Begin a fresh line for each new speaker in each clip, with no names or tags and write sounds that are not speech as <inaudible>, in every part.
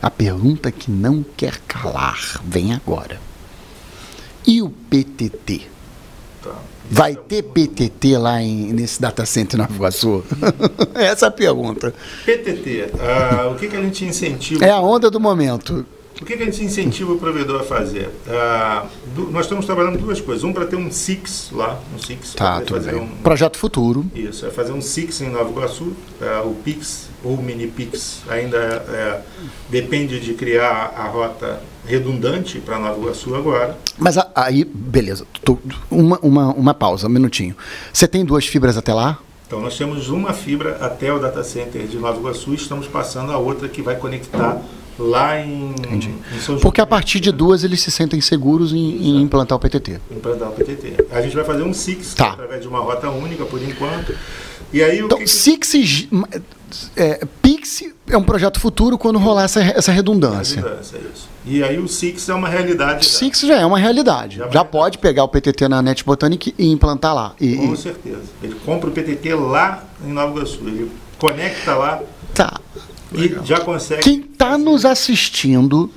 A pergunta que não quer calar vem agora. E o PTT?
Tá.
Vai ter PTT lá em- nesse data center em Nova Iguaçu? <laughs> Essa é a pergunta.
PTT, ah, o que, que a gente incentiva?
É a onda do momento.
O que, que a gente incentiva o provedor a fazer? Ah, du- nós estamos trabalhando duas coisas. Um para ter um SIX lá, um SIX,
Tá,
pra
tudo
fazer
bem.
um-
Projeto Futuro.
Isso, é fazer um SIX em Nova Iguaçu. tá? o PIX ou mini PIX ainda é, depende de criar a rota redundante para Nova Iguaçu agora.
Mas a- aí, beleza. Tô- uma, uma, uma pausa, um minutinho. Você tem duas fibras até lá?
Então nós temos uma fibra até o data center de Nova Iguaçu e estamos passando a outra que vai conectar lá em, em São João.
Porque a partir de duas eles se sentem seguros em, em implantar o PTT.
implantar o PTT. A gente vai fazer um SIX
Tá.
através de uma rota única por enquanto. E aí o
Então,
que que-
Six, G- é, Pix é um projeto futuro quando rolar essa, essa redundância.
Redundância, é isso. E aí o SIX é uma realidade. já.
Six já é uma realidade.
Já vai.
Já pode pegar o PTT na Net Botanic e implantar lá. E-
Com
e,
certeza. Ele compra o PTT lá em Nova Iguaçu. Ele conecta lá
tá.
e já consegue. assim,
Quem tá está nos assistindo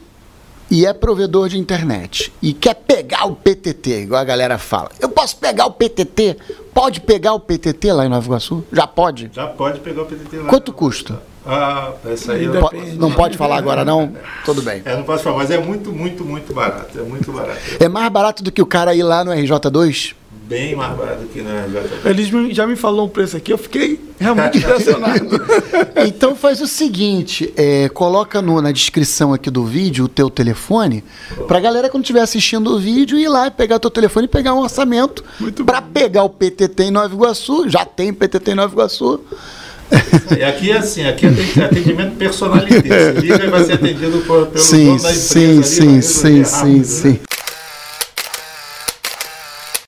e é provedor de internet e quer pegar o PTT, igual a galera fala, eu posso pegar o PTT? Pode pegar o PTT lá em Nova Iguaçu? Já pode?
Já pode pegar o PTT lá.
Quanto custa?
Ah, essa aí eu
Po-
posso-
não pode falar agora não? Tudo bem.
É, não posso falar, mas é muito, muito, muito barato. É muito barato.
É mais barato do que o cara ir lá no RJ2?
Bem mais barato que né, tá na RJ.
Eles me- já me falaram um preço aqui, eu fiquei realmente impressionado.
<laughs> Então faz o seguinte, é, coloca no- na descrição aqui do vídeo o teu telefone, pra galera quando estiver assistindo o vídeo ir lá e pegar teu telefone e pegar um orçamento
Muito
pra pegar o PTT em Nova Iguaçu, já tem PTT em Nova Iguaçu.
E aqui é assim, aqui é atendimento personalizado. Você liga e vai ser atendido por, pelo dono da empresa. ali, vai resolver rápido, né?